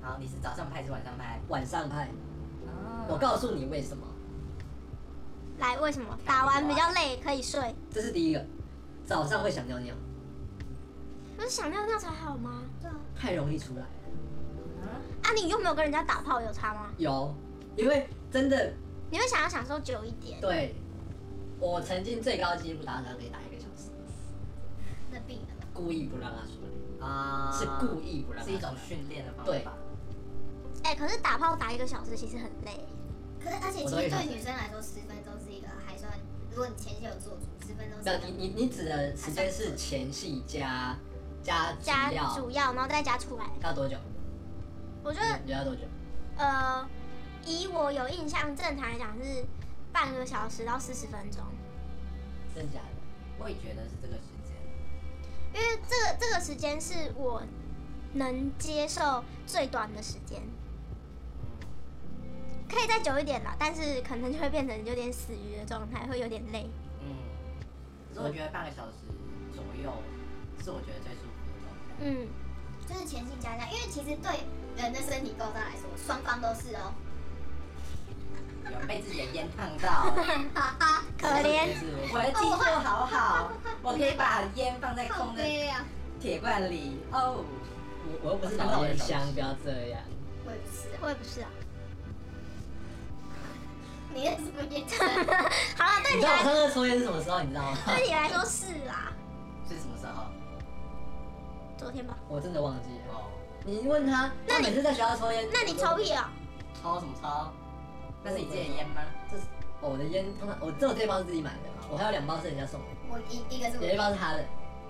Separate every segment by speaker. Speaker 1: 好，你是早上拍还是晚上拍？
Speaker 2: 晚上拍。我
Speaker 1: 哦，
Speaker 2: 告诉你为什么，
Speaker 3: 来，为什么打完比较累，可以睡？
Speaker 2: 这是第一个。早上会想尿尿，
Speaker 3: 不是想尿尿才好吗？对啊。
Speaker 2: 太容易出来了。
Speaker 3: 啊，你又没有跟人家打炮，有差吗？
Speaker 2: 有，因为真的
Speaker 3: 你会想要享受久一点
Speaker 2: 对，我曾经最高纪录打赏可以打一个小时，
Speaker 3: 的病人。
Speaker 2: 故意不让他出来，
Speaker 1: 啊
Speaker 2: 是故意不让他
Speaker 1: 是
Speaker 2: 出
Speaker 1: 一
Speaker 2: 来。
Speaker 1: 种训练的方
Speaker 2: 对
Speaker 1: 法。
Speaker 3: 哎、可是打炮打一个小时其实很累。
Speaker 4: 可是而且
Speaker 2: 我
Speaker 4: 其
Speaker 2: 都会
Speaker 4: 实
Speaker 2: 想
Speaker 4: 对女生来说，十分钟是一个还算，如果你前期有做足，十分钟
Speaker 2: 那
Speaker 4: 是
Speaker 2: 你你你指的时间是前戏加加主
Speaker 3: 加
Speaker 2: 料
Speaker 3: 主要，然后再加出来。
Speaker 2: 要多久？
Speaker 3: 我觉得，
Speaker 2: 你要多久？
Speaker 3: 呃，以我有印象，正常来讲是半个小时到四十分钟，
Speaker 2: 真假的？
Speaker 1: 我也觉得是这个时间。
Speaker 3: 因为这个这个时间是我能接受最短的时间，可以再久一点啦，但是可能就会变成有点死鱼的状态，会有点累。
Speaker 1: 嗯，可是我觉得半个小时左右是我觉得最舒服的状态。
Speaker 3: 嗯，
Speaker 4: 就是前期加加，因为其实对人的身体构造来说，双方都是 哦。
Speaker 1: 有人被自己的烟烫到，
Speaker 3: 可怜。
Speaker 2: 是
Speaker 1: 我的肌肉好好，我可以把烟放在空的
Speaker 4: 啊！
Speaker 1: 铁罐里哦。
Speaker 2: 我我又不是老人香，不要这样。
Speaker 4: 我也不是，
Speaker 3: 我也不是啊。
Speaker 4: 你是什么眼神？
Speaker 3: 好了，对
Speaker 2: 你
Speaker 3: 你
Speaker 2: 知道我
Speaker 3: 来
Speaker 2: 上次抽烟是什么时候？你知道吗？
Speaker 3: 对你来说是啦，
Speaker 1: 是什么时候？
Speaker 3: 昨天吧。
Speaker 2: 我真的忘记了。
Speaker 1: 哦，
Speaker 2: 你问他，
Speaker 3: 那
Speaker 2: 他
Speaker 3: 你
Speaker 2: 每次在学校抽烟，
Speaker 3: 那你抽屁啊、
Speaker 1: 抽什么抽？那是你自己的烟吗？
Speaker 2: 这是哦我的烟，通常我只有这包是自己买的嘛，我还有两包是人家送的，
Speaker 4: 我一一个是
Speaker 2: 有一
Speaker 4: 我，
Speaker 2: 包是他的，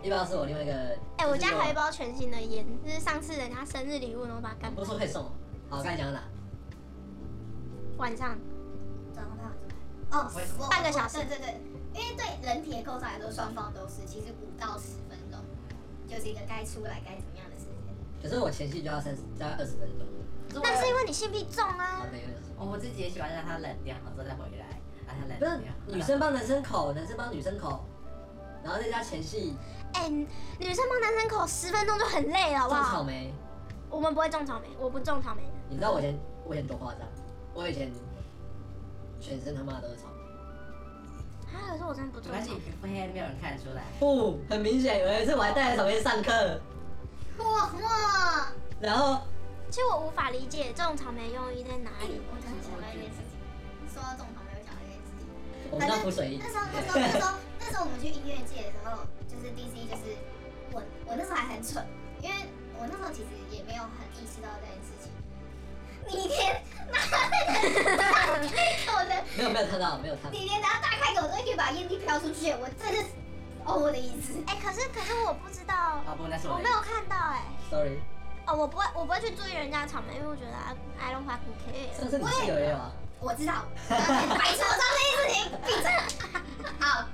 Speaker 2: 一包是我另外一个。
Speaker 3: 哎、我家
Speaker 2: 就是
Speaker 3: 还有一包全新的烟，就是上次人家生日礼物，然后把它干
Speaker 2: 我
Speaker 3: 掉。
Speaker 2: 说可以送我。好，刚才讲到哪？
Speaker 3: 晚上，
Speaker 4: 早上拍完就拍。哦
Speaker 1: 为什么，
Speaker 3: 半个小时
Speaker 4: 对对对，因为对人体的构造来说，双方都是，其实五到十分钟就是一个该出来该怎么样的时间。
Speaker 2: 可是我前戏就要三十，就要二十分钟。
Speaker 3: 那是因为你性癖重
Speaker 2: 好
Speaker 3: 啊。
Speaker 2: 的，有点少
Speaker 1: 我自己也喜欢让它冷掉，然后再回来，让它冷
Speaker 2: 不是
Speaker 1: 掉。
Speaker 2: 女生帮男生口，男生帮女生口，然后再加前戏
Speaker 3: 哎、女生帮男生口十分钟就很累了，
Speaker 2: 种
Speaker 3: 好不
Speaker 2: 草
Speaker 3: 好？
Speaker 2: 莓。
Speaker 3: 我们不会种草莓，我不种草莓的。
Speaker 2: 你知道我以前我以前多夸张？我以前全身他妈都是草莓，
Speaker 3: 啊，可是我真的不
Speaker 1: 没
Speaker 3: 种
Speaker 1: 关系，
Speaker 3: 草莓
Speaker 1: 你。皮肤黑，没有人看得出来。
Speaker 2: 不，哦很明显。有一次我还带着草莓上课，
Speaker 4: 哇哇！
Speaker 2: 然后
Speaker 3: 其实我无法理解这种草莓用意在哪里。
Speaker 4: 我突然想到一件事情，说到种草莓，我想到一件事情。
Speaker 2: 我们到浮水印
Speaker 4: 那时候，那时候，那时候，那时候我们去音乐界的时候，就是 DC，就是我，我那时候还很蠢，因为我那时候其实也没有很意识到这件事情。你一天拿那个 我的，
Speaker 2: 没有没有看到，没有看到。
Speaker 4: 你连拿大开口都可以把烟蒂飘出去，我真的是，哦，我的意思。
Speaker 3: 哎、可是可是我不知道，
Speaker 1: 哦不，那是
Speaker 3: 我
Speaker 1: 我
Speaker 3: 没
Speaker 1: 的。
Speaker 3: 有看到哎、
Speaker 2: Sorry，
Speaker 3: 哦，我不会，我不会去注意人家的草莓，因为我觉得啊 I don't fucking care。
Speaker 2: 上次你室友也有啊？
Speaker 4: 我知道，白痴，我知道这件事情，闭嘴。好，啊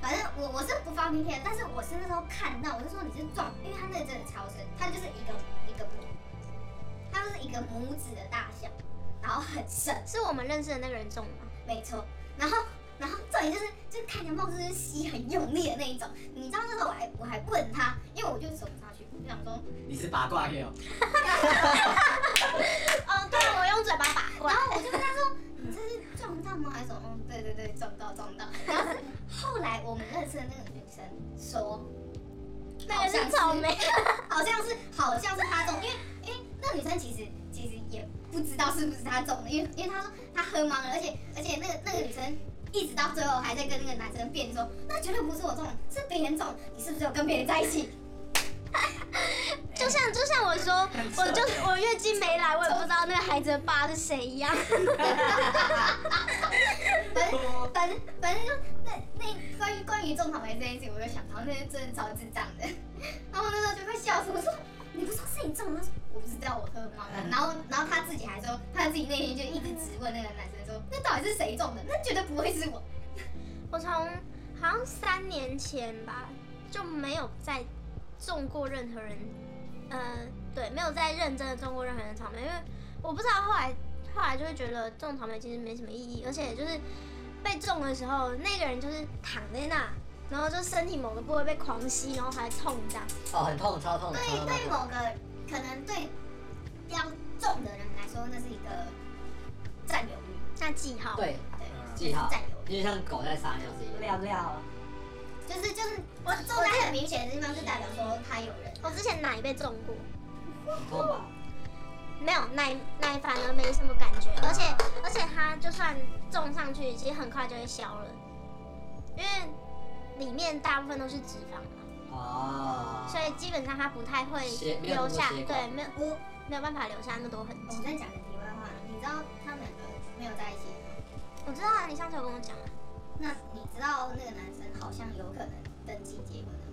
Speaker 4: 反正我我是不放屁片，但是我是那时候看到，我是说你是撞，因为它那个真的超深，它就是一个一个拇，它就是一个拇指的大小，然后很深，
Speaker 3: 是我们认识的那个人种吗？
Speaker 4: 没错。然后然后重点就是就是看起来貌似是吸很用力的那一种，你知道那时候我还我还问他，因为我就手上去，我就想说，
Speaker 1: 你是八卦 girl，
Speaker 3: 哦，对，我用嘴巴把过
Speaker 4: 然
Speaker 3: 来。
Speaker 4: 后我就跟他说：“你这是撞到吗？”还是什么？嗯，对对对，撞到撞到。 然后后来我们认识的那个女生说，
Speaker 3: 那个是草莓，
Speaker 4: 好像是好像是她中，因为因为那个女生其实其实也不知道是不是她中的，因为因为她说她喝懵了，而且而且那个那个女生。一直到最后还在跟那个男生辩说，那绝对不是我中，是别人中，你是不是有跟别人在一起？
Speaker 3: 就像就像我说，我就我月经没来，我也不知道那个孩子的爸是谁一样。
Speaker 4: 反正反正反正就那那关于关于种草莓这件事情，我就想到那是真的超智障的，然后我那时候就快笑死，我说你不知道是你种的，他说我不知道我喝吗？然后然后他自己还说他自己那天就一直质问那个男生说，那到底是谁种的？那绝对不会是我。
Speaker 3: 我从好像三年前吧，就没有再种过任何人，呃，对，没有再认真的种过任何人的草莓，因为我不知道后来后来就会觉得种草莓其实没什么意义，而且就是被种的时候，那个人就是躺在那，然后就身体某个部位被狂吸，然后还痛这样。
Speaker 2: 哦，很痛，超痛的，
Speaker 4: 对
Speaker 2: 超痛。
Speaker 4: 对
Speaker 2: 超痛
Speaker 4: 某个可能对要重的人来说，那是一个占有欲，
Speaker 3: 那记号。
Speaker 2: 对，
Speaker 4: 对，
Speaker 1: 嗯
Speaker 4: 就是
Speaker 2: 记号
Speaker 4: 占有欲，
Speaker 2: 就像狗在撒尿是一样。
Speaker 1: 料料，
Speaker 4: 就是就是
Speaker 3: 我
Speaker 4: 重在很明显的地方，就代表说他有人。
Speaker 3: 我之前奶被中过，
Speaker 2: 够吧？
Speaker 3: 没有奶奶反而没什么感觉，而且而且它就算种上去，其实很快就会消了，因为里面大部分都是脂肪嘛，
Speaker 2: 哦。
Speaker 3: 所以基本上它不太会
Speaker 2: 血没有那么
Speaker 3: 留下，
Speaker 2: 多血管
Speaker 3: 对，没有
Speaker 4: 我
Speaker 3: 没有办法留下那么多痕
Speaker 4: 我
Speaker 3: 迹。
Speaker 4: 再讲个题外话，你知道他们两个没有在一起，
Speaker 2: 哦
Speaker 3: 我知道啊，你上次有跟我讲啊，
Speaker 4: 那你知道那个男生好像有可能登记结婚了吗？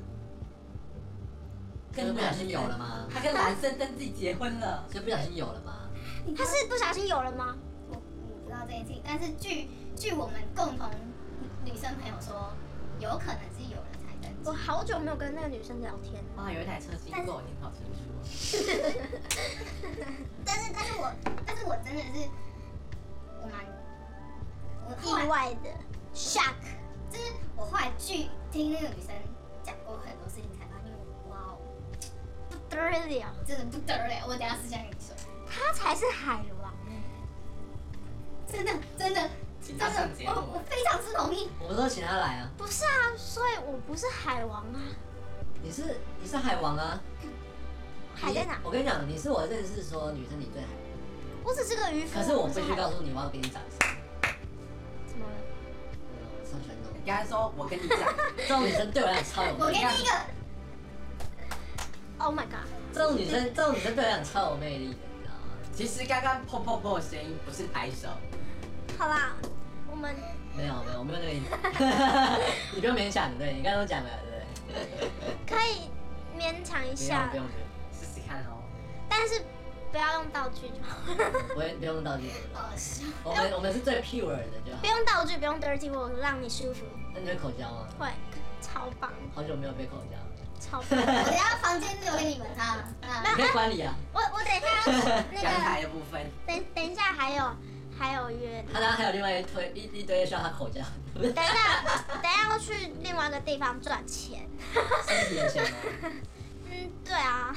Speaker 2: 所以不小心有了吗？
Speaker 1: 他跟男生登记结婚 了，
Speaker 2: 所以不小心有了吗？
Speaker 4: 你知
Speaker 3: 他
Speaker 4: 道
Speaker 3: 是不小心有了吗？
Speaker 4: 我我不知道这件事情，但是据据我们共同女生朋友说，有可能是有人才登
Speaker 3: 我
Speaker 4: 记，
Speaker 3: 好久没有跟那个女生聊天了。
Speaker 1: 啊哇，有一台车经过，我听好清楚哦。
Speaker 4: 但是但是我但是我真的是我蛮我后来
Speaker 3: 意外的 shock，
Speaker 4: 就是我后来去听那个女生讲过很多事情，才发现哇哦，
Speaker 3: 不得了，
Speaker 4: 真的不得了！我等一下私下跟你说，
Speaker 3: 他才是海王。
Speaker 2: 嗯
Speaker 4: 真的真的
Speaker 1: 请
Speaker 4: 真
Speaker 1: 他上节
Speaker 4: 的，我
Speaker 1: 目
Speaker 4: 我，非常之同意。
Speaker 2: 我们都请他来啊。
Speaker 3: 不是啊，所以我不是海王啊，
Speaker 2: 你是你是海王啊？
Speaker 3: 海在哪
Speaker 2: 你？我跟你讲，你是我认识说女生里最海王，
Speaker 3: 我只是个渔夫。
Speaker 2: 可是我
Speaker 3: 不
Speaker 2: 必须
Speaker 3: 海
Speaker 2: 告
Speaker 3: 王
Speaker 2: 诉你，我要给你掌声。
Speaker 3: 怎么了？
Speaker 2: 嗯上拳头，
Speaker 1: 你刚才说我跟你讲，
Speaker 2: 这种女生对我来讲超有
Speaker 4: 我
Speaker 2: 魅
Speaker 4: 给
Speaker 2: 力。
Speaker 4: 你一个，
Speaker 3: Oh my god！
Speaker 2: 这种女生，这种女生对我来讲超有魅力的，啊你知道吗？
Speaker 1: 其实刚刚砰砰砰的声音不是拍手，
Speaker 3: 好啦，我们
Speaker 2: 没有没有，我没有那个意思。 你不用勉强，对你刚刚都讲了，对不对？
Speaker 3: 可以勉强一
Speaker 2: 不用
Speaker 3: 下
Speaker 2: 不，用不
Speaker 1: 试试看哦。
Speaker 3: 但是不要用道具就好，
Speaker 2: 用，我也不用道具。
Speaker 4: 好笑。
Speaker 2: 我们我们是最 pure 的就好
Speaker 3: 不。用道具，不用 dirty work，让你舒服，
Speaker 2: 那你会口交 吗？
Speaker 3: 会超棒，
Speaker 2: 好久没有被口 交了，
Speaker 3: 超棒。
Speaker 4: 我等一下房间留给你们啊。啊
Speaker 2: 你可以管理啊。
Speaker 3: 我我等一下那
Speaker 1: 阳台
Speaker 3: 个
Speaker 1: 的部分，
Speaker 3: 等等一下还有还有约。
Speaker 2: 他当然还有另外一推一一堆需要他口交，不是
Speaker 3: 等一下， 等一下要去另外一个地方赚钱。
Speaker 2: 身体的钱吗？
Speaker 3: 嗯，对啊，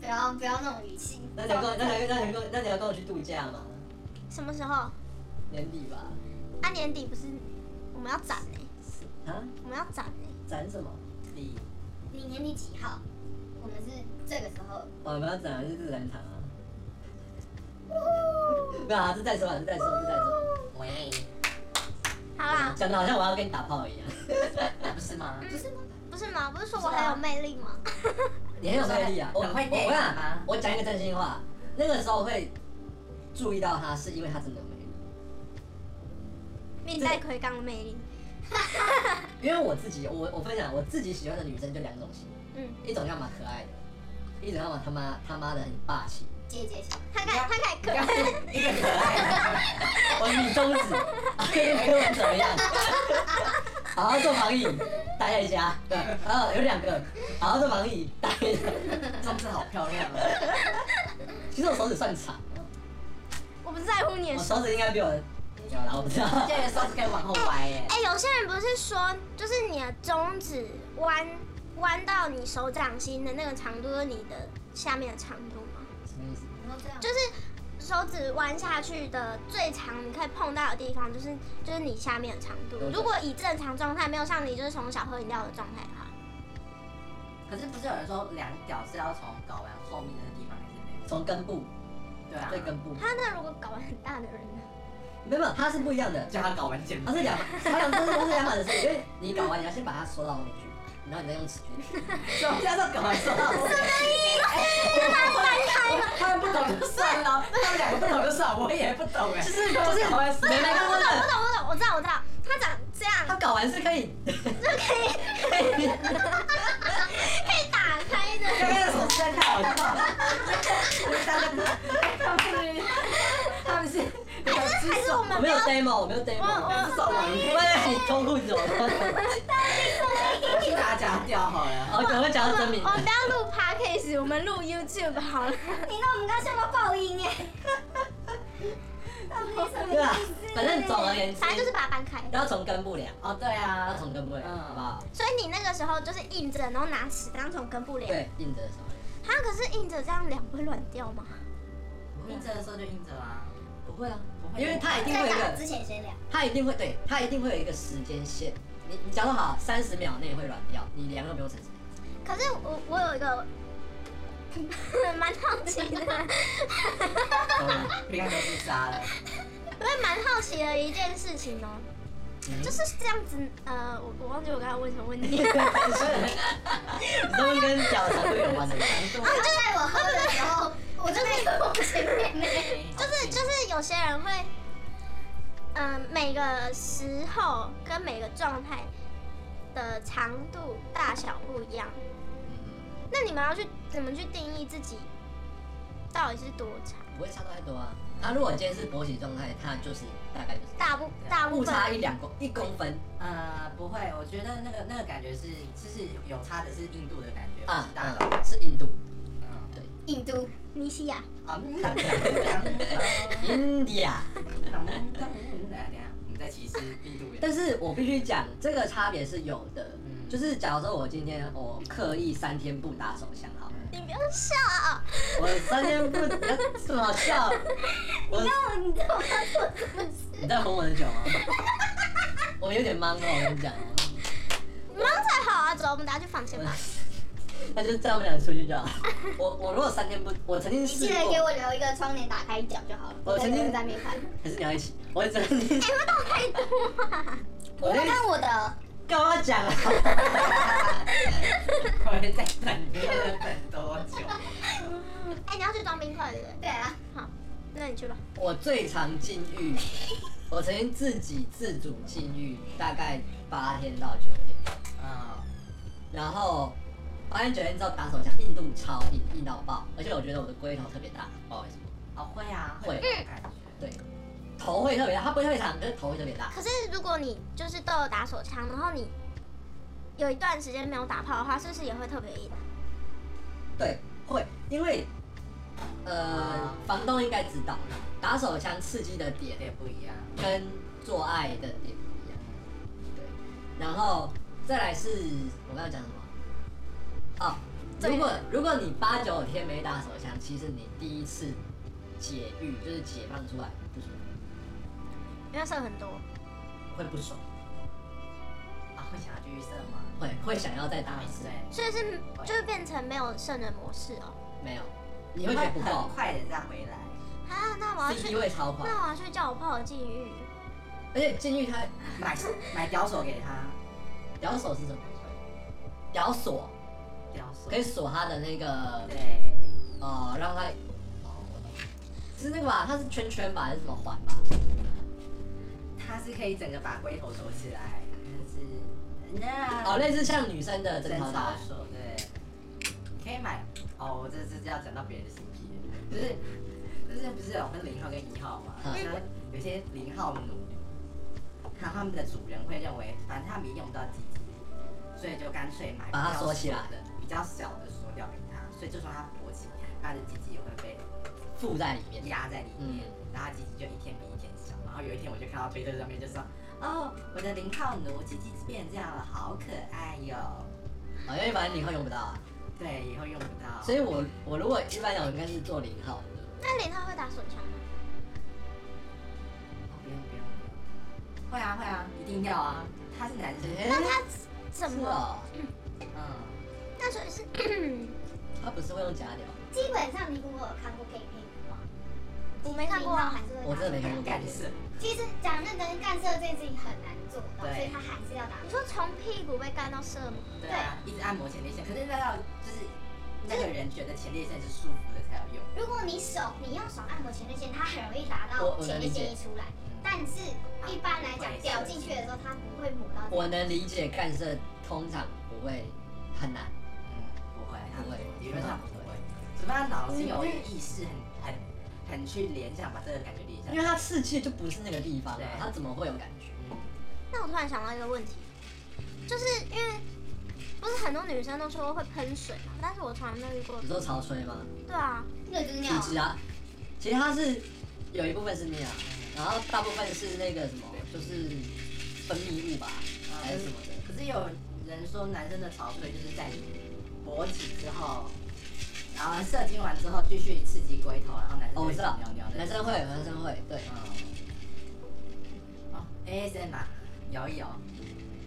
Speaker 4: 不要不要那种语气。
Speaker 2: 那你要跟我那你那你跟我那你要跟我去度假吗？
Speaker 3: 什么时候？
Speaker 2: 年底吧。
Speaker 3: 啊，年底不是我们要攒呢、
Speaker 2: 啊？
Speaker 3: 我们要攒欸呢、
Speaker 2: 展什么？
Speaker 1: 你
Speaker 4: 你年底几号？我们是这个时候。
Speaker 2: 我们要展的是自然堂啊。没有啊，这再说啊，这再说，这再说。
Speaker 1: 喂，
Speaker 3: 好啦，
Speaker 2: 讲的好像我要跟你打炮一样。
Speaker 1: 不是吗？
Speaker 4: 不是吗？
Speaker 3: 不是吗？不是说
Speaker 1: 是
Speaker 3: 我
Speaker 1: 啊
Speaker 3: 很有魅力 吗？
Speaker 2: 你很有魅力啊！我我
Speaker 1: 很
Speaker 2: 我
Speaker 1: 会电
Speaker 2: 跟你
Speaker 1: 影吗
Speaker 2: 讲，我讲一个真心话，那个时候会注意到他，是因为他真的有魅力。
Speaker 3: 命带魁罡的魅力。
Speaker 2: 因为我自己，我我分享我自己喜欢的女生就两种型，
Speaker 3: 嗯，
Speaker 2: 一种要么可爱的，一种要么他妈他妈的很霸气。
Speaker 4: 姐姐小，
Speaker 3: 他看他看可
Speaker 1: 刚
Speaker 3: 爱，
Speaker 1: 是一个可爱的，
Speaker 2: 我女中指，跟我怎么样？好好做防疫，待在家。对，然啊后有两个，好好做防疫，待在家。
Speaker 1: 中指好漂亮哦。
Speaker 2: 其实我手指算长，
Speaker 3: 我不在乎你
Speaker 2: 我
Speaker 3: 的
Speaker 2: 手指应该比我有啦，我不知道。
Speaker 1: 这个手指可以往后歪耶。
Speaker 3: 哎、有些人不是说，就是你的中指弯弯到你手掌心的那个长度，就是你的下面的长度吗？
Speaker 2: 什么意思？
Speaker 4: 然后这样。
Speaker 3: 就是手指弯下去的最长，你可以碰到的地方就是就是你下面的长度
Speaker 2: 对。对
Speaker 3: 如果以正常状态，没有像你就是从小喝饮料的状态的话，
Speaker 1: 可是不是有人说量屌是要从睾丸后面那个地方开始量？
Speaker 2: 从根部，
Speaker 1: 对啊，
Speaker 2: 对根部，
Speaker 3: 他那如果搞完很大的人 呢？
Speaker 2: 没有没有，它是不一样的。
Speaker 1: 叫他睾丸减
Speaker 2: 它是两， 它两，它是它是两码的事，因为你搞完你要先把它缩到后面去，然后你再用尺去。
Speaker 1: 什么叫做搞完收到后面？哦他们不懂就算了，他们两个不懂就算，我也不懂哎。就是就是搞完收
Speaker 2: 没来过
Speaker 3: 我懂，
Speaker 2: 的，
Speaker 3: 我懂，我懂，我知道，我知道，他长这
Speaker 2: 它
Speaker 3: 样
Speaker 2: 搞完是可以， 可以。
Speaker 3: 可以打开的。
Speaker 1: 刚刚的手势在太好笑了，他们是他们是两只
Speaker 3: 还是
Speaker 1: 手
Speaker 3: 我
Speaker 2: 我
Speaker 3: 们哦
Speaker 2: 没有 demo，我没有 demo，
Speaker 3: 我
Speaker 1: 两只手往
Speaker 2: 我们一起脱裤子哦。
Speaker 1: 我去打假掉好了。
Speaker 2: 好，我们讲到真名
Speaker 3: 我。们不要录 podcast，我们录 YouTube 好了。
Speaker 4: 你让我们刚刚笑到爆音耶！到底什么
Speaker 2: 对啊
Speaker 4: 意思？，
Speaker 2: 反正总而言之
Speaker 3: 反，正就是把它嗯掰开，
Speaker 2: 然后从根部量，
Speaker 1: 哦，对啊
Speaker 2: 然后，从根部量，
Speaker 1: 嗯
Speaker 2: 好不好？
Speaker 3: 所以你那个时候就是硬着，然后拿尺当从根部量。
Speaker 2: 对，印着什么？
Speaker 3: 他可是硬着这样量不会软掉吗？
Speaker 1: 应征的时候就应征啊，
Speaker 2: 不会啊，
Speaker 1: 不会
Speaker 2: 因为他一定会有一
Speaker 4: 在
Speaker 2: 个
Speaker 4: 打之前先聊，
Speaker 2: 它一定会对，它一定会有一个时间线。你你假设好三十秒内会软掉，你量都不用乘十。
Speaker 3: 可是我我有一个 蛮好奇的，
Speaker 1: 应该都自杀了。
Speaker 3: 我也蛮好奇的一件事情哦、
Speaker 2: 嗯
Speaker 3: 就是这样子，呃，我我忘记我刚才问什么问题。
Speaker 2: 都跟脚才会有 关的。
Speaker 4: 然后在我喝的时候，我就在我前面呢。
Speaker 1: 就是
Speaker 3: 就是有些人会，嗯、每个时候跟每个状态的长度大小不一样。
Speaker 2: 嗯
Speaker 3: 那你们要去怎么去定义自己到底是多长？
Speaker 2: 不会差太多啊。那如果今天是勃起状态，它就是大概就是
Speaker 3: 大部大部
Speaker 2: 啊误
Speaker 3: 分
Speaker 2: 差一两公一公分
Speaker 1: 呃，不会，我觉得那个那个感觉是，就是有差的是印度的感觉，不
Speaker 2: 啊
Speaker 1: 是，大脑。
Speaker 2: 嗯是印度
Speaker 1: 嗯，
Speaker 4: 印度，
Speaker 3: 尼西亚，
Speaker 1: 啊，嗯当当当当
Speaker 2: India。
Speaker 1: 当当等一下我们在歧视印度人。
Speaker 2: 但是我必须讲，这个差别是有的。
Speaker 1: 嗯
Speaker 2: 就是假如说我今天我刻意三天不打手枪好了，
Speaker 3: 你不要笑、
Speaker 2: 我三天不什么好笑？我
Speaker 4: 你知道吗？
Speaker 2: 你在哄我的酒吗？我有点懵哦，我跟你讲哦，
Speaker 3: 你刚才好啊，走，我们大家去房间吧。
Speaker 2: 那就带我们俩出去就好。我我如果三天不，我曾经
Speaker 4: 你
Speaker 2: 试
Speaker 4: 记得给
Speaker 2: 过，
Speaker 4: 我留一个窗帘打开一角就好了。
Speaker 2: 我曾经
Speaker 4: 在那边看，
Speaker 2: 还是你要一起？我曾经，
Speaker 4: 我
Speaker 2: 我
Speaker 4: 在
Speaker 2: 曾经
Speaker 4: 看我的，
Speaker 2: 干嘛讲啊？
Speaker 1: 我们在等，你们等多久？
Speaker 3: 哎、你要去装冰块对不对？
Speaker 4: 对啊，
Speaker 3: 好，那你去吧。
Speaker 2: 我最常禁欲，我曾经自己自主禁欲，大概八天到九天，
Speaker 1: 嗯，
Speaker 2: 然后八天九天之后打手枪，硬度超硬，硬到爆，而且我觉得我的龟头特别大，不好意思，
Speaker 1: 哦，会啊，
Speaker 2: 会
Speaker 1: 有这种感觉。
Speaker 2: 对，头会特别大，它不会特别长，但是头会特别大。
Speaker 3: 可是如果你就是都有打手枪，然后你有一段时间没有打炮的话，是不是也会特别硬？
Speaker 2: 对，会，因为呃，房东应该知道，打手枪刺激的点
Speaker 1: 有点不一样。
Speaker 2: 跟做爱的点不一样。对，然后再来是我刚刚讲什么？哦，
Speaker 3: 对
Speaker 2: 如果如果你八九天没打手枪，其实你第一次解欲就是解放出来不舒服，
Speaker 3: 因为射很多。
Speaker 2: 会不爽，
Speaker 1: 啊，会想要继续射吗？
Speaker 2: 会会想要再打
Speaker 1: 没
Speaker 2: 一次
Speaker 1: 事，，
Speaker 3: 所以是就是变成没有圣人模式哦。
Speaker 2: 没有，你会觉得不够
Speaker 1: 很快的再回来。
Speaker 3: 啊，那我要
Speaker 2: ，CD
Speaker 3: 去，
Speaker 2: 会超快，
Speaker 3: 那我要去叫我炮友禁欲。
Speaker 2: 而且禁欲它
Speaker 1: 买买屌手给他，
Speaker 2: 屌手是什么？屌锁
Speaker 1: 屌手
Speaker 2: 可以锁它的那个
Speaker 1: 对，
Speaker 2: 哦，让它哦，我懂是那个吧？它是圈圈吧，还是什么环吧？
Speaker 1: 他是可以整个把龟头收起来，但是
Speaker 2: 哦，
Speaker 1: 那
Speaker 2: 类似像女生的贞
Speaker 1: 真
Speaker 2: 操
Speaker 1: 少
Speaker 2: 带，
Speaker 1: 手对，可以买哦，我这是要讲到别人的性癖，就是就是不是有分零号跟一号嘛？
Speaker 2: 嗯
Speaker 1: 像有些零号奴，还有他们的主人会认为，反正他们也用不到鸡鸡，所以就干脆买
Speaker 2: 把它
Speaker 1: 比较
Speaker 2: 锁起
Speaker 1: 小
Speaker 2: 来
Speaker 1: 的，比较小的锁掉给他，所以就算他勃起，他的鸡鸡也会被
Speaker 2: 附在里面。
Speaker 1: 压在里
Speaker 2: 嗯
Speaker 1: 面，然后鸡鸡就一天比一天小。然后有一天我就看到推特上面就说，哦，我的零号奴鸡鸡变这样了，好可爱哟。
Speaker 2: 哦，因为反正零号用不到啊，
Speaker 1: 对，以后用不到。
Speaker 2: 所以我我如果一般讲，我应该是做零号的。
Speaker 3: 那林他会打手枪吗？
Speaker 1: 哦不用不用不用，会啊会啊，一定要啊。他是男 生，
Speaker 2: 那他
Speaker 3: 怎
Speaker 2: 是
Speaker 4: 啊
Speaker 3: 么？
Speaker 2: 哦，
Speaker 1: 嗯，
Speaker 3: 那所以是，
Speaker 2: 他不是会用假屌，
Speaker 4: 基本上你如果有看过 gay 片的话，
Speaker 3: 我没看过
Speaker 4: 零号
Speaker 3: 啊
Speaker 4: 还。是会打
Speaker 2: 我真的没看过
Speaker 1: 干涉。
Speaker 4: 其实讲认真，干涉这件事情很难做到，
Speaker 1: 对
Speaker 4: 所以他还是要打。
Speaker 3: 你说从屁股被干到射吗？
Speaker 1: 对啊，一直按摩前列腺，可是那要就是那个人觉得前列腺是舒服的才有用。
Speaker 4: 如果你手你用手按摩前列腺，它很容易达
Speaker 2: 我
Speaker 4: 到
Speaker 2: 我能
Speaker 4: 前列
Speaker 2: 理
Speaker 4: 腺
Speaker 2: 解
Speaker 4: 一出来，
Speaker 1: 嗯，
Speaker 4: 但是一般来
Speaker 1: 啊
Speaker 4: 讲，屌进去的时候它不会抹到。
Speaker 2: 我能理解干涉通常不会很难，
Speaker 1: 嗯不会，他
Speaker 2: 不会
Speaker 1: 理论上不会，除非他脑筋有意识很很很去联想，把这个感觉联想
Speaker 2: 因。为它刺激就不是那个地方
Speaker 1: 对
Speaker 2: 啊，它怎么会有感觉？
Speaker 1: 嗯
Speaker 3: 那我突然想到一个问题，就是因为不是很多女生都说会喷水嘛，但是我从来没有遇过
Speaker 2: 你。说潮吹吗？
Speaker 3: 对啊，
Speaker 4: 那个就是尿
Speaker 2: 其
Speaker 4: 啊，
Speaker 2: 实啊，其实它是有一部分是尿，然后大部分是那个什么，就是分泌物吧，
Speaker 1: 啊
Speaker 2: 还是什么的。
Speaker 1: 可是有人说男生的潮水就是在你勃起之后，然后射精完之后继续刺激龟头，然后男生
Speaker 2: 哦，我
Speaker 1: 就一
Speaker 2: 知
Speaker 1: 直
Speaker 2: 道
Speaker 1: 尿尿，
Speaker 2: 男生会，男生会，对。
Speaker 1: 哦，ASM 啊，摇一摇，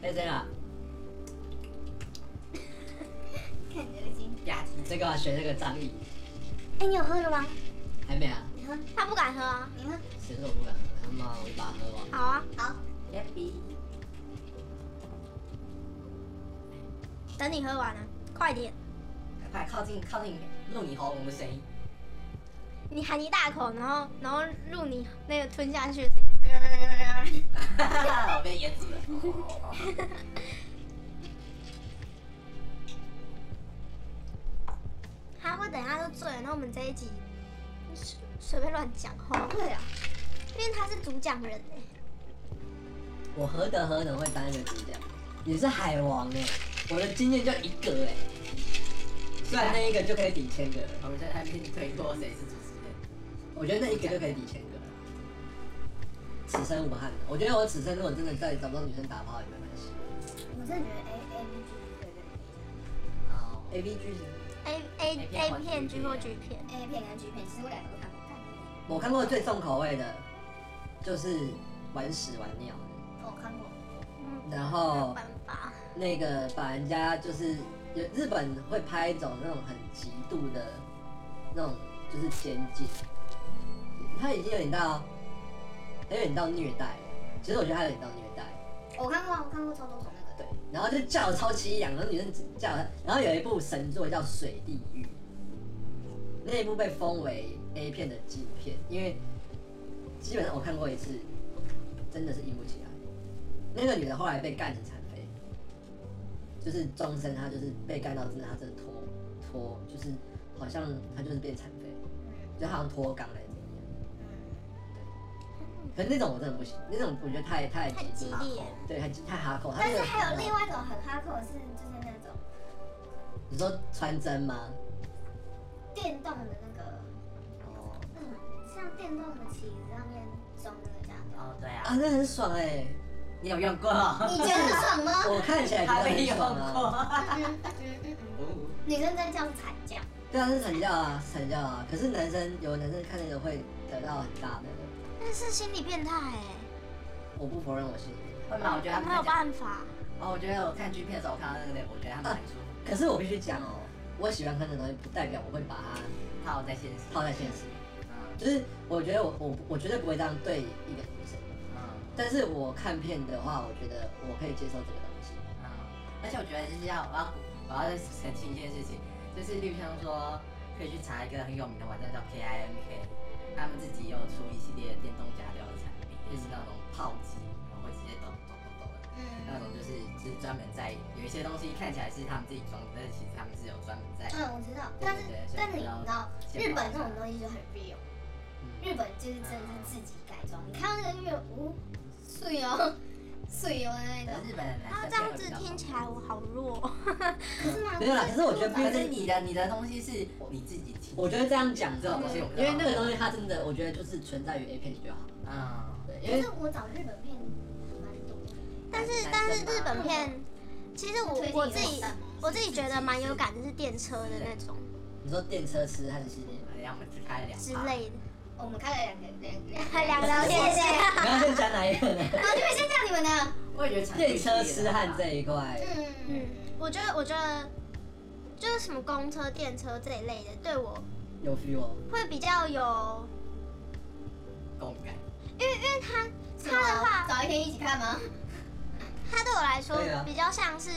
Speaker 2: 哎，对了，
Speaker 4: 看你的筋，
Speaker 1: 吧唧，
Speaker 2: 这个要学这个张毅，
Speaker 4: 哎，你有喝了吗？
Speaker 2: 还没啊？
Speaker 4: 你喝，
Speaker 3: 他不敢喝啊。
Speaker 4: 你喝，
Speaker 2: 谁说我不敢喝？他妈，我把它喝完。
Speaker 3: 好啊，
Speaker 4: 好，
Speaker 1: Happy，
Speaker 3: 等你喝完了，快点，
Speaker 1: 快靠近靠近录你喉咙的 声音，
Speaker 3: 你含一大口，然后然后入你那个吞下去的声音。
Speaker 1: 我被噎住了。
Speaker 3: 他会等一下就醉了，然后我们这一集随随便乱讲话，
Speaker 4: 对啊，
Speaker 3: 因为他是主讲人哎、
Speaker 2: 我何德何能会当一个主角？你是海王哎、我的经验就一个哎、虽然那一个就可以抵千个了，
Speaker 1: 我们在那边推脱谁是主持人。
Speaker 2: 我觉得那一个就可以抵千个了。此生无憾，我觉得我此生如果真的再找不到女生打炮也没关系。
Speaker 4: 我真的觉得哎 A A B G
Speaker 2: A B G
Speaker 1: 哦
Speaker 4: 对对
Speaker 2: 是
Speaker 3: A A
Speaker 1: A
Speaker 3: A
Speaker 1: 片
Speaker 3: 片
Speaker 1: 剧
Speaker 3: 剧或 G 片，
Speaker 4: 对，A 片跟 G 片，其实我两个都看过，看
Speaker 2: 我看过最重口味的，就是玩屎玩尿的，
Speaker 4: 过，我看过，
Speaker 3: 嗯，
Speaker 2: 然
Speaker 3: 没有
Speaker 2: 后
Speaker 3: 办法，
Speaker 2: 那个把人家就是有日本会拍一种那种很极度的那种就是监禁，他已经有点到有点到虐待了。其实我觉得他有点到虐待，
Speaker 4: 我看过啊，我看过超多种那个，
Speaker 2: 对。然后就叫得超凄凉，然后女生叫得，然后有一部神作叫《水地狱》，那一部被封为 A 片的禁片，因为基本上我看过一次，真的是硬不起来。那个女的后来被干成残废，就是终身她就是被干到真的她真的脱脱，就是好像她就是变残废，
Speaker 4: 嗯
Speaker 2: 就她好像脱肛来怎么样。
Speaker 4: 嗯，
Speaker 2: 可是那种我真的不行，那种我觉得太太
Speaker 3: 太激烈，
Speaker 2: 对，太太哈扣。她
Speaker 4: 但
Speaker 2: 那
Speaker 4: 是
Speaker 2: 个
Speaker 4: 还有另外一种很哈扣的是，就是那种
Speaker 2: 你说穿针吗？
Speaker 4: 电动的那个，嗯，像电动的旗子上面装那个这样的，
Speaker 1: 哦，对啊，
Speaker 2: 啊，那很爽哎、
Speaker 1: 你有用过？还
Speaker 4: 你觉得爽吗？
Speaker 2: 我看起来觉得
Speaker 1: 没
Speaker 2: 很
Speaker 1: 用
Speaker 2: 爽 啊。
Speaker 1: 过。
Speaker 4: 嗯嗯嗯嗯，女生真叫惨叫，
Speaker 2: 对啊，是惨叫啊，是惨叫啊。可是男生有男生看那个会得到很大的，
Speaker 3: 那是心理变态哎、
Speaker 2: 我不否认我心里面。
Speaker 1: 会哦吗？我觉得他
Speaker 3: 我
Speaker 1: 们
Speaker 3: 没有办法，
Speaker 1: 哦，我觉得我看剧片的时候，我看到那个，我觉得他们蛮舒服，
Speaker 2: 可是我必须讲哦，我喜欢看的东西不代表我会把它
Speaker 1: 套在现实。
Speaker 2: 套在现实，
Speaker 1: 嗯
Speaker 2: 就是我觉得我我我绝对不会这样对一个女生。
Speaker 1: 嗯
Speaker 2: 但是我看片的话，我觉得我可以接受这个东西。
Speaker 1: 嗯，而且我觉得就是要我要我要再澄清一件事情，就是例如像说可以去查一个很有名的网站叫 KINK，他们自己有出一系列电动假料的产品，就是那种炮击，然后会直接抖抖抖抖的。那
Speaker 4: 嗯
Speaker 1: 种就是就是专门在有一些东西看起来是他们自己装的，但是其实他们是有专门在
Speaker 4: 嗯，我知道，但是但是你知道，日本这种东西就很 real，日本就是真的是自己改装，你看到那个月无碎哦， 碎哦那
Speaker 1: 可
Speaker 4: 个
Speaker 1: 是，日本人
Speaker 3: 他
Speaker 1: 男
Speaker 3: 这
Speaker 1: 生
Speaker 3: 样子听起来我好弱，哦
Speaker 4: 可是吗？
Speaker 2: 没有啦，可是我觉得不
Speaker 1: 因
Speaker 2: 一
Speaker 1: 为
Speaker 2: 定
Speaker 1: 是你的你的东西是你自己提，
Speaker 2: 我觉得这样讲这种东西，
Speaker 1: 嗯
Speaker 2: 因为那个东西它真的，我觉得就是存在于 A 片里就好。
Speaker 1: 嗯，
Speaker 2: 对，因
Speaker 4: 可
Speaker 2: 为
Speaker 4: 是我找日本片蛮多的，
Speaker 3: 但是
Speaker 1: 男生
Speaker 3: 但是
Speaker 1: 吗
Speaker 3: 日本片，其实我
Speaker 4: 推荐
Speaker 3: 我
Speaker 4: 给
Speaker 3: 自己
Speaker 4: 我看
Speaker 3: 我自己觉得蛮有感的是电车的那种
Speaker 2: 你说电车痴汉系列，
Speaker 1: 然后我们只开了两
Speaker 3: 之
Speaker 1: 趴，
Speaker 3: 类的，
Speaker 4: 我们看了两个两两
Speaker 3: 还聊聊天
Speaker 4: 谢谢
Speaker 3: 线。
Speaker 2: 你要先讲哪一个呢？
Speaker 4: 好，你们先讲你们的，
Speaker 1: 我也觉得长
Speaker 2: 电
Speaker 1: 期系列
Speaker 2: 车
Speaker 1: 的
Speaker 2: 痴汉这一块，
Speaker 3: 嗯
Speaker 4: 嗯，，
Speaker 3: 我觉得，我觉得就是什么公车、电车这一类的，对我
Speaker 2: 有 feel 哦。
Speaker 3: 会比较有，
Speaker 1: 共感，
Speaker 3: 因为因为它
Speaker 4: 他的话找一天一起看吗？
Speaker 3: 它对我来说
Speaker 2: 对啊
Speaker 3: 比较像是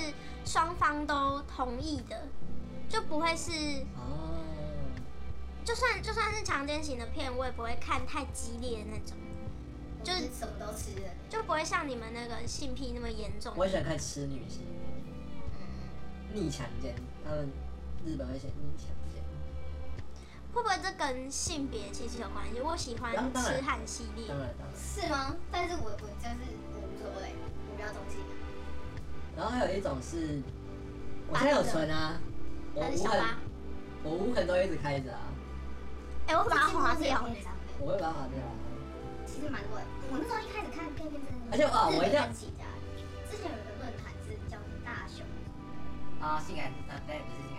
Speaker 3: 双方都同意的，就不会是
Speaker 2: 哦，
Speaker 3: 就算就算是强奸型的片，我也不会看太激烈的那种，
Speaker 4: 就是什么都吃的，
Speaker 3: 就不会像你们那个性癖那么严重。
Speaker 2: 我喜欢看痴女系列，
Speaker 4: 嗯，
Speaker 2: 逆强奸，他们日本会写逆强奸，
Speaker 3: 会不会这跟性别其实有关系？我喜欢
Speaker 2: 当当然
Speaker 3: 痴汉系列，
Speaker 2: 当然当然。
Speaker 4: 是吗？但是我我就是我无所谓，我不要东西，
Speaker 2: 然后还有一种是，我现在有存啊，我
Speaker 3: 还是
Speaker 2: 无
Speaker 3: 小
Speaker 2: 痕，
Speaker 3: 八？
Speaker 2: 我无痕都一直开着啊，
Speaker 3: 哎、我把它划掉。
Speaker 2: 我会把它划掉啊。
Speaker 4: 其实蛮多的。我那时候一开始看 K 片真的，
Speaker 2: 而且啊哇我一定要
Speaker 4: 起家。之前有一个论坛是叫大熊，
Speaker 1: 啊，性感，啊，对，不是性感，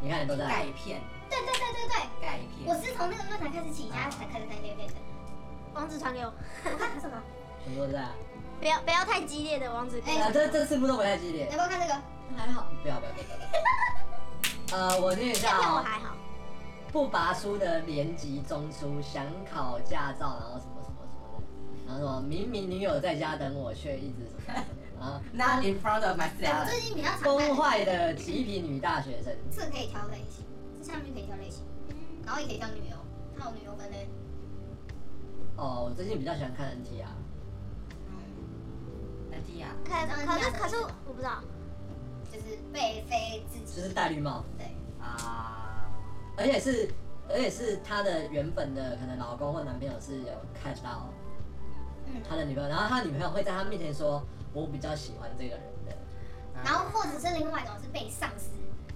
Speaker 2: 你看你都在，
Speaker 1: 钙片，
Speaker 4: 对对对
Speaker 1: 拍
Speaker 4: 我
Speaker 1: 片，
Speaker 4: 是从那个论坛开始起家才开始看 A 片的。
Speaker 3: 网址传给我，
Speaker 4: 我看什么？
Speaker 2: 什么都在啊。
Speaker 3: 不要不要太激烈的网址。
Speaker 4: 哎
Speaker 2: 啊，这这次不都不太激烈
Speaker 4: 要，不要看这个？
Speaker 2: 还好，不要不要不要。呃，我念一
Speaker 3: 这
Speaker 2: 下
Speaker 3: 片我
Speaker 2: 哦，
Speaker 3: 还好，
Speaker 2: 不拔出的连级中出，想考驾照，然后什么什么什么的，然后什么明明女友在家等我，却一直什么什么啊，
Speaker 1: Not in front of
Speaker 4: 哎我
Speaker 1: myself。
Speaker 4: 最近比较常看的
Speaker 2: 崩坏的极品女大学生，
Speaker 4: 这个可以挑类型，这下面可以挑类型，
Speaker 3: 嗯
Speaker 4: 然后也可以挑女优。那我女优分类，
Speaker 2: 哦，我最近比较喜欢看 NTR，
Speaker 4: 嗯，
Speaker 1: 那蒂亚，
Speaker 3: 可可是可是我不知道，
Speaker 4: 就是被非自
Speaker 2: 就
Speaker 4: 己。
Speaker 2: 是戴绿帽，
Speaker 4: 对，
Speaker 1: 啊，
Speaker 2: 而且是而且是她的原本的可能老公或男朋友是有看到
Speaker 4: 嗯，
Speaker 2: 她的女朋友，然后她女朋友会在她面前说，我比较喜欢这个人的。啊
Speaker 4: 然后或者是另外一种是被上司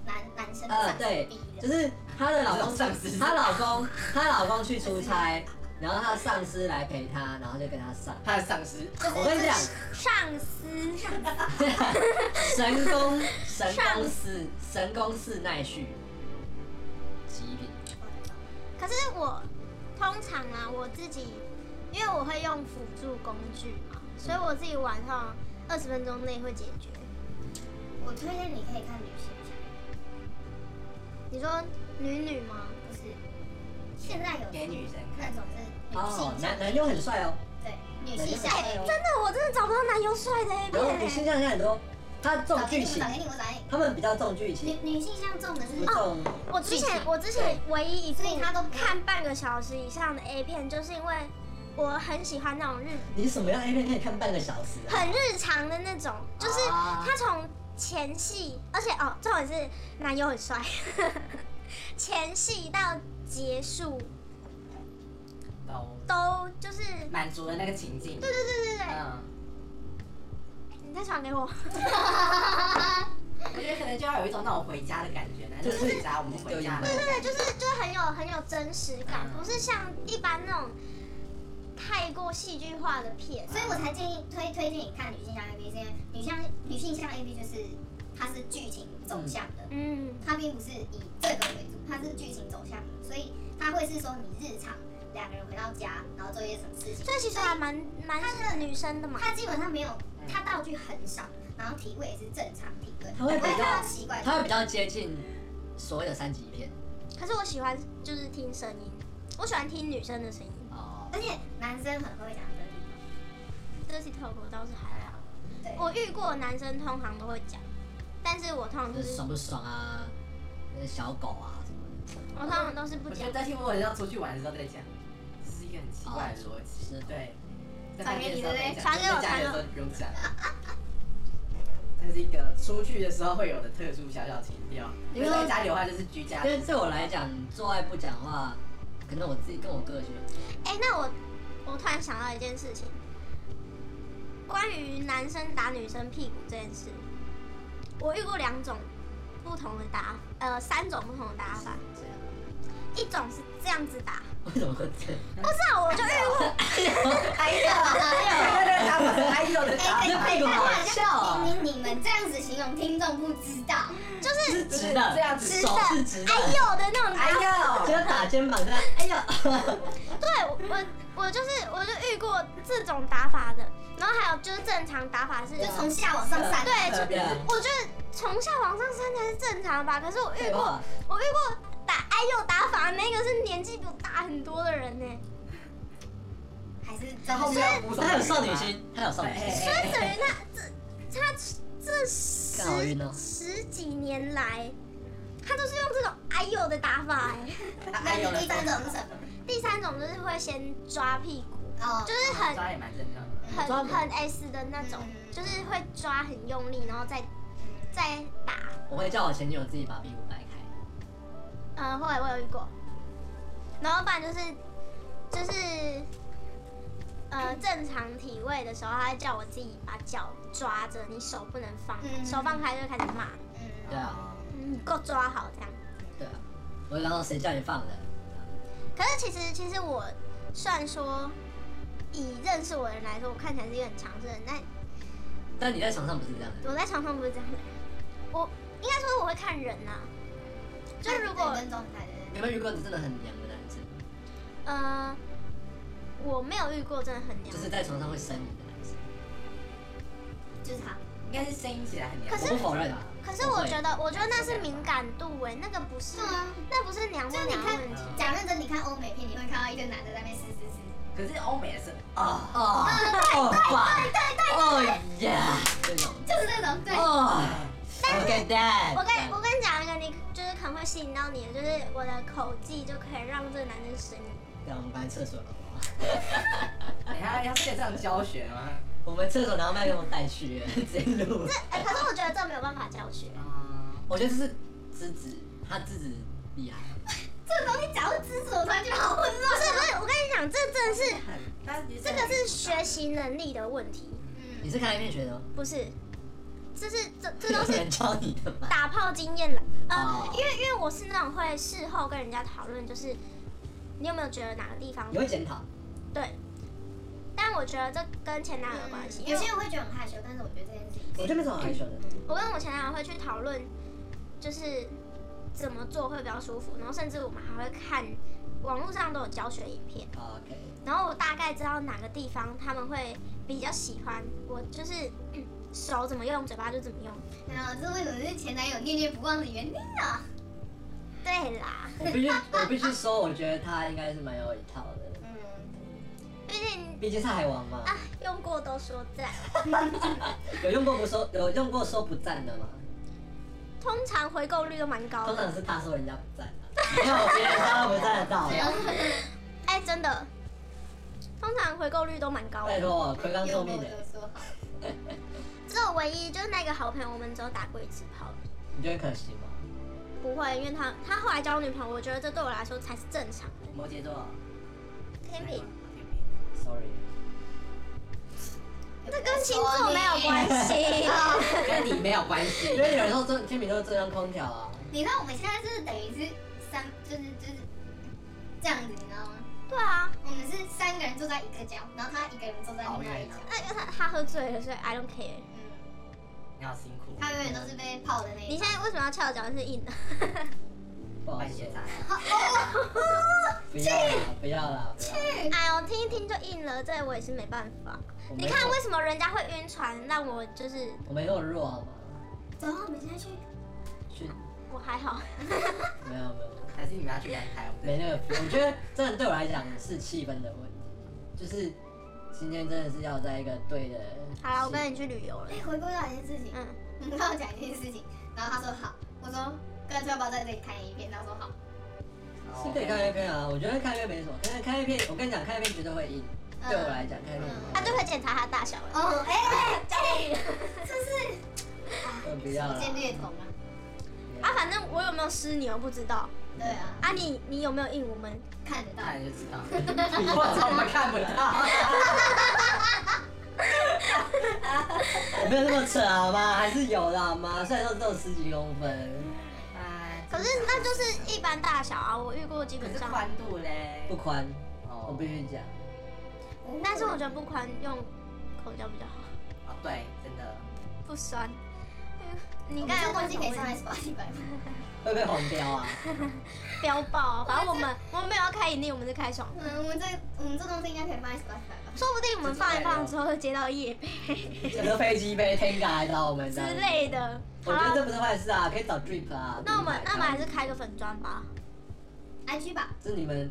Speaker 4: 男男生的
Speaker 2: 呃
Speaker 4: 上，司
Speaker 2: 对
Speaker 4: 逼，
Speaker 2: 就
Speaker 4: 的，
Speaker 2: 是她的老 公
Speaker 1: 上司
Speaker 2: 她老公，她老公去出差，然后她上司来陪她，然后就跟她上。
Speaker 1: 他的上司，
Speaker 2: 我跟你讲，
Speaker 3: 上司
Speaker 2: 神功神功寺神功寺奈绪，极品。
Speaker 3: 可是我通常啊，我自己因为我会用辅助工具嘛，所以我自己晚上二十分钟内会解决。
Speaker 4: 我推荐你可以看女性向，
Speaker 3: 你说女女吗？
Speaker 4: 不是现在有
Speaker 1: 给女生
Speaker 4: 那
Speaker 1: 看，
Speaker 4: 种是女
Speaker 2: 哦
Speaker 4: 性，向
Speaker 2: 男，男优很帅哦，
Speaker 4: 对，女性向
Speaker 2: 男优很帅哦
Speaker 4: 的。
Speaker 3: 哎真的，我真的找不到男优帅的 A
Speaker 2: 然后女
Speaker 3: 片、
Speaker 2: 性
Speaker 3: 欸。
Speaker 2: 向现在很多，他重
Speaker 4: 找给
Speaker 2: 剧
Speaker 4: 你，我
Speaker 2: 情
Speaker 4: 找，给你，我找给
Speaker 2: 他们比较重剧
Speaker 4: 你。
Speaker 2: 情，
Speaker 4: 女女性向重的就是
Speaker 2: 不重
Speaker 3: 我之前我之前唯一一次
Speaker 4: 所以他都不
Speaker 3: 看半个小时以上的 A 片，就是因为我很喜欢那种日
Speaker 2: 你什么样的 A 片可以看半个小时啊？
Speaker 3: 很日常的那种，就是
Speaker 1: 啊
Speaker 3: 他从前戏，而且哦，重点是男友很帅，前戏到结束
Speaker 1: 都
Speaker 3: 都就是
Speaker 1: 满足了那个情境。
Speaker 3: 对对对对对，
Speaker 1: 嗯，
Speaker 3: 你再传给我。
Speaker 1: 我觉得可能就要有一种那种回家的感觉，那就是回家，我们回家了。
Speaker 3: 对对对，就是就是很有很有真实感，
Speaker 1: 嗯
Speaker 3: 不是像一般那种太过戏剧化的片。
Speaker 4: 所以我才建议推推荐你看女性向 A P，是因为女向女性向 A P 就是它是剧情走向的，
Speaker 3: 嗯，
Speaker 4: 它并不是以这个为主，它是剧情走向的，所以它会是说你日常两个人回到家，然后做一些什么事情。
Speaker 3: 所以其实啊还蛮蛮适合女生的嘛。
Speaker 4: 它基本上没有，它道具很少，然后体位也是正常体
Speaker 3: 嗯
Speaker 4: 位，
Speaker 2: 它会比较
Speaker 4: 不看到奇怪
Speaker 2: 他
Speaker 4: 的。
Speaker 2: 会比较接近所有的三级片。
Speaker 3: 可是我喜欢就是听声音，我喜欢听女生的声音。
Speaker 2: 哦，
Speaker 4: 而且男生很会讲真理，
Speaker 3: Dirty Talk 我倒是还好，
Speaker 4: 对，
Speaker 3: 我遇过的男生通常都会讲，但是我通常
Speaker 2: 就
Speaker 3: 就是是
Speaker 2: 爽不爽啊？那小狗啊什么的。
Speaker 3: 我通常都是不
Speaker 1: 我
Speaker 3: 讲
Speaker 1: 觉。得听我要出去玩的时候再讲，这是一个很奇怪的逻辑。
Speaker 2: 哦是
Speaker 1: 对，在
Speaker 4: 传
Speaker 1: 饭
Speaker 4: 给
Speaker 1: 店
Speaker 4: 你
Speaker 1: 的时候
Speaker 4: 对
Speaker 1: 再
Speaker 4: 不对
Speaker 1: 讲，
Speaker 3: 传给我
Speaker 1: 在家里的时
Speaker 3: 传给
Speaker 1: 候不用讲。这是一个出去的时候会有的特殊小小情调，因
Speaker 2: 因
Speaker 1: 为
Speaker 2: 为
Speaker 1: 在家里的话就是居家
Speaker 2: 因。为对我来讲，做爱不讲话，可能我自己跟我哥学。
Speaker 3: 哎、那我我突然想到一件事情，关于男生打女生屁股这件事，我遇过两种不同的打，呃，三种不同的打法。
Speaker 2: 这样，
Speaker 3: 一种是这样子打，
Speaker 2: 为什么会这样？
Speaker 3: 不是、啊，我就遇过，
Speaker 4: 还有还
Speaker 1: 对打法，还有的 打
Speaker 2: 这
Speaker 1: 法，
Speaker 2: 屁股好笑
Speaker 3: 哦
Speaker 2: 啊！
Speaker 4: 有，你你你们这样子形容听众不知道，
Speaker 3: 就是
Speaker 2: 是直的，
Speaker 1: 这样子
Speaker 2: 手是直的
Speaker 3: 哎，呦的那种
Speaker 1: 哎
Speaker 3: 打法。
Speaker 2: 就
Speaker 1: 呦，
Speaker 2: 是打肩膀这样，哎呦，
Speaker 3: 对我我我就是我就遇过这种打法的，然后还有就是正常打法是，
Speaker 4: 就
Speaker 2: 啊
Speaker 4: 从下往上
Speaker 3: 嗯
Speaker 4: 散。
Speaker 3: 对，
Speaker 1: 这边
Speaker 3: 我觉得从下往上升才是正常的吧。可是我遇
Speaker 2: 对啊
Speaker 3: 过
Speaker 2: 吧？
Speaker 3: 我遇过打哎呦打法那个是年纪比我大很多的人呢、
Speaker 4: 还是
Speaker 1: 在后面要补什么
Speaker 2: 他有少女心，他有少女
Speaker 1: 哎
Speaker 2: 心，
Speaker 3: 所以等于他这他这十
Speaker 2: 干好晕哦
Speaker 3: 十几年来，他都是用这种哎呦的打法哎、
Speaker 4: 那你第三种是什么？
Speaker 3: 第三种就是会先抓屁股，
Speaker 4: 哦，
Speaker 3: 就是很
Speaker 1: 抓也蛮正常的。
Speaker 2: 抓
Speaker 3: 很
Speaker 2: 吗
Speaker 3: 很 S 的那种，
Speaker 4: 嗯
Speaker 3: 就是会抓很用力，然后再
Speaker 4: 在
Speaker 3: 再打。
Speaker 2: 我会叫我前女友自己把屁股掰开。
Speaker 3: 嗯，后来我有遇过，然后不然就是就是呃正常体位的时候，他会叫我自己把脚抓着，你手不能放，
Speaker 4: 嗯
Speaker 3: 手放开就开始骂，
Speaker 2: 对啊，
Speaker 3: 嗯，你给我抓好这样。
Speaker 2: 对啊，我然后谁叫你放的？
Speaker 3: 可是其实其实我虽然说以认识我的人来说，我看起来是一个很强势的人，但
Speaker 2: 但你在床上不是这样的，
Speaker 3: 我在床上不是这样的人。我应该说我会看人呐、啊就如果
Speaker 4: 跟状态的人，
Speaker 2: 有没有遇过真的很娘的男生？
Speaker 3: 呃，我没有遇过真的很娘
Speaker 2: 就，是在床上会呻吟的男生？
Speaker 4: 就是他，
Speaker 1: 应该是声音起来很娘。
Speaker 3: 可是
Speaker 2: 我不否认啊
Speaker 1: 吧
Speaker 3: 可是我觉得，我觉得那是敏感度哎、那个不是
Speaker 4: 是，吗？
Speaker 3: 那不是娘不
Speaker 4: 就是你
Speaker 3: 娘的
Speaker 4: 看
Speaker 3: 问题。
Speaker 4: 讲认真，你看欧美片，你会看到一个男的在那边嘶嘶嘶，
Speaker 1: 可是欧美的是啊，
Speaker 2: 哦哦对对对，哦呀，这种
Speaker 4: 就是那种对，
Speaker 2: 哦，Look at
Speaker 3: 我
Speaker 2: that，
Speaker 3: 跟我跟你讲一个，你就是可能会吸引到你的，就是我的口技就可以让这个男生生你。
Speaker 2: 对，我们班厕所好不好？
Speaker 1: 等一下要线上教学吗？
Speaker 2: 我们厕所然后麦克风带去， 直接录。
Speaker 3: 哎、可是我觉得这没有办法教学。
Speaker 1: 嗯，
Speaker 2: 我觉得这是芝子，他芝子厉害，
Speaker 4: 这个东西讲到知识，我突然觉得好混
Speaker 3: 不
Speaker 4: 乱。
Speaker 3: 是不是，我跟你讲，这真的是
Speaker 1: 很，但是
Speaker 3: 这个是学习能力的问题，
Speaker 4: 嗯，
Speaker 2: 你是看 A 片学的吗？
Speaker 3: 不是，这是这这都
Speaker 2: 有
Speaker 3: 是
Speaker 2: 人教你的吗？
Speaker 3: 打炮经验了。呃
Speaker 2: 哦，
Speaker 3: 因为因为我是那种会事后跟人家讨论，就是你有没有觉得哪个地方
Speaker 2: 你会检讨？
Speaker 3: 对？但我觉得这跟前男友有关
Speaker 2: 嗯
Speaker 3: 系，因
Speaker 4: 嗯有
Speaker 3: 为
Speaker 4: 些人会觉得很害羞，但是我觉得这件事情，
Speaker 2: 我觉得没什么好害羞的。
Speaker 3: 我跟我前男友会去讨论，就是怎么做会比较舒服，然后甚至我们还会看网络上都有教学影片，
Speaker 2: 哦 OK，
Speaker 3: 然后我大概知道哪个地方他们会比较喜欢，我就是、嗯手怎么用，嘴巴就怎么用。
Speaker 4: 然后这为什么是前男友念念不忘的原因啊？
Speaker 3: 对啦，
Speaker 2: 我必须我必须说，我觉得他应该是蛮有一套的，
Speaker 4: 嗯，
Speaker 3: 毕竟
Speaker 2: 毕竟是海王嘛，
Speaker 3: 啊用过都说赞，
Speaker 2: 有用过不说有用过说不赞的吗？
Speaker 3: 通常回购率都蛮高
Speaker 2: 通
Speaker 3: 的。
Speaker 2: 常是他说人家不赞的，没有别人他不赞得到的。
Speaker 3: 哎、真的，通常回购率都蛮高
Speaker 2: 拜
Speaker 3: 的。
Speaker 2: 托，奎刚
Speaker 4: 有
Speaker 2: 聪
Speaker 4: 我
Speaker 2: 明
Speaker 4: 就
Speaker 2: 的，
Speaker 4: 说好，
Speaker 3: 只有唯一就是那个好朋友，我们只有打过一次炮，
Speaker 2: 你觉得可惜吗？
Speaker 3: 不会，因为他他后来交女朋友，我觉得这对我来说才是正常的。
Speaker 1: 摩羯座，
Speaker 3: 天秤，
Speaker 1: 天
Speaker 2: ，sorry，
Speaker 3: 这跟星座没有关系。
Speaker 1: 秤跟你没有关
Speaker 2: 因
Speaker 1: 系。
Speaker 2: 为有人说这天秤座中央空调啊，
Speaker 4: 你看我们现在就是等于是三，就是就是这样子，你知道吗？
Speaker 3: 对啊，
Speaker 4: 我们是三个人坐在一个角，然后他一个人坐在另外一个
Speaker 1: 啊
Speaker 4: 角。
Speaker 3: 那因为他他喝醉了，所以 I don't care。
Speaker 4: 嗯，
Speaker 1: 你好辛苦，
Speaker 4: 他永远都是被泡的那
Speaker 3: 你
Speaker 4: 一
Speaker 3: 现在为什么要翘脚是硬 的？
Speaker 2: 不好
Speaker 1: 半
Speaker 2: 意思啊
Speaker 1: 夜，茶，
Speaker 2: 不要啦，不要啦，不要啦
Speaker 3: 哎呦，听一听就硬了，这我也是没办法。
Speaker 2: 我没
Speaker 3: 你看为什么人家会晕船，让我就是
Speaker 2: 我没那么弱好吗？
Speaker 4: 走，我们现在去。
Speaker 2: 去，
Speaker 3: 我还好。
Speaker 2: 没有没有。
Speaker 1: 还是你们要去阳台？
Speaker 2: 没那个 feel，我觉得真的对我来讲是气氛的问题，就是今天真的是要在一个对的。
Speaker 3: 好了，我跟你去旅游了
Speaker 4: 哎、。回归到一件事情，
Speaker 3: 嗯，
Speaker 4: 我们刚刚讲一件事情，然后他说好，我说干脆要不要在这里看一遍？他说好。
Speaker 2: 是可以看 A 片啊，我觉得看 A 片没什么，但是看 A 片，我跟你讲，看 A 片绝对会赢。对我来讲，看 A 片
Speaker 4: 嗯
Speaker 3: 他就会检查他大小了。
Speaker 4: 哦，哎、哎
Speaker 2: 嗯不要了
Speaker 4: 福。建略同啊。
Speaker 3: 啊，反正我有没有湿你又不知道
Speaker 4: 对啊，
Speaker 3: 啊你，你有没有硬我们？
Speaker 4: 看得到。
Speaker 1: 看就知 道，我怎么看不到？
Speaker 2: 我没有那么扯好吗？还是有的好吗？虽然说只有十几公分，
Speaker 1: 哎
Speaker 3: 可是那就是一般大小啊，我遇过基
Speaker 1: 可
Speaker 3: 本
Speaker 1: 是
Speaker 3: 上。
Speaker 1: 宽度嘞
Speaker 2: 不，宽，
Speaker 1: 哦
Speaker 2: 我必须讲。
Speaker 3: 但是我觉得不宽用口交比较好，
Speaker 1: 哦对，真的，
Speaker 3: 不酸。嗯你
Speaker 4: 你
Speaker 3: 刚
Speaker 4: 刚
Speaker 3: 才
Speaker 4: 才
Speaker 3: 问
Speaker 4: 忘
Speaker 3: 什
Speaker 4: 记
Speaker 3: 么
Speaker 4: 可以
Speaker 3: 问
Speaker 4: 上来
Speaker 3: 题？
Speaker 4: 十八礼拜吗？
Speaker 2: 会被黄标啊！
Speaker 3: 标爆，反正我们我们没有要开盈利，我们是开爽。
Speaker 4: 嗯，我们这 我们这东西应该可以放在十八礼拜吧？
Speaker 3: 说不定我们放一放之后会接到夜配
Speaker 2: 整个飞机杯 Tenga 来找我们
Speaker 3: 之
Speaker 2: 这样子
Speaker 3: 类的。
Speaker 2: 我
Speaker 3: 好
Speaker 2: 觉得这
Speaker 3: 了，
Speaker 2: 不是坏事啊，可以找 Drip 啊。
Speaker 3: 那我们
Speaker 2: 品牌
Speaker 3: 那我们还是开个粉砖吧。
Speaker 4: 安居吧。
Speaker 2: 这是你们，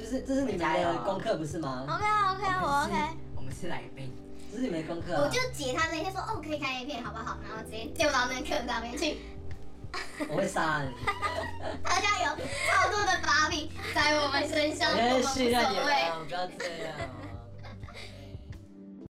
Speaker 2: 这是这是你们
Speaker 1: 加油
Speaker 2: 的
Speaker 1: 啊
Speaker 2: 功课不是吗？
Speaker 3: OK 啊 OK 啊，我 OK。
Speaker 1: 我们是来宾，
Speaker 2: 这是你们的功课、
Speaker 4: 我
Speaker 2: 啊
Speaker 4: 就。截他那天说哦，可以看 A 片好不好？然后直接丢到那个课上面去。
Speaker 2: 我会杀 你，
Speaker 4: 大家有超多的把柄在我们身上，
Speaker 2: 我
Speaker 4: 我
Speaker 2: 觉得
Speaker 4: 们无
Speaker 2: 训练你
Speaker 4: 所谓。
Speaker 2: 们，不要这样。啊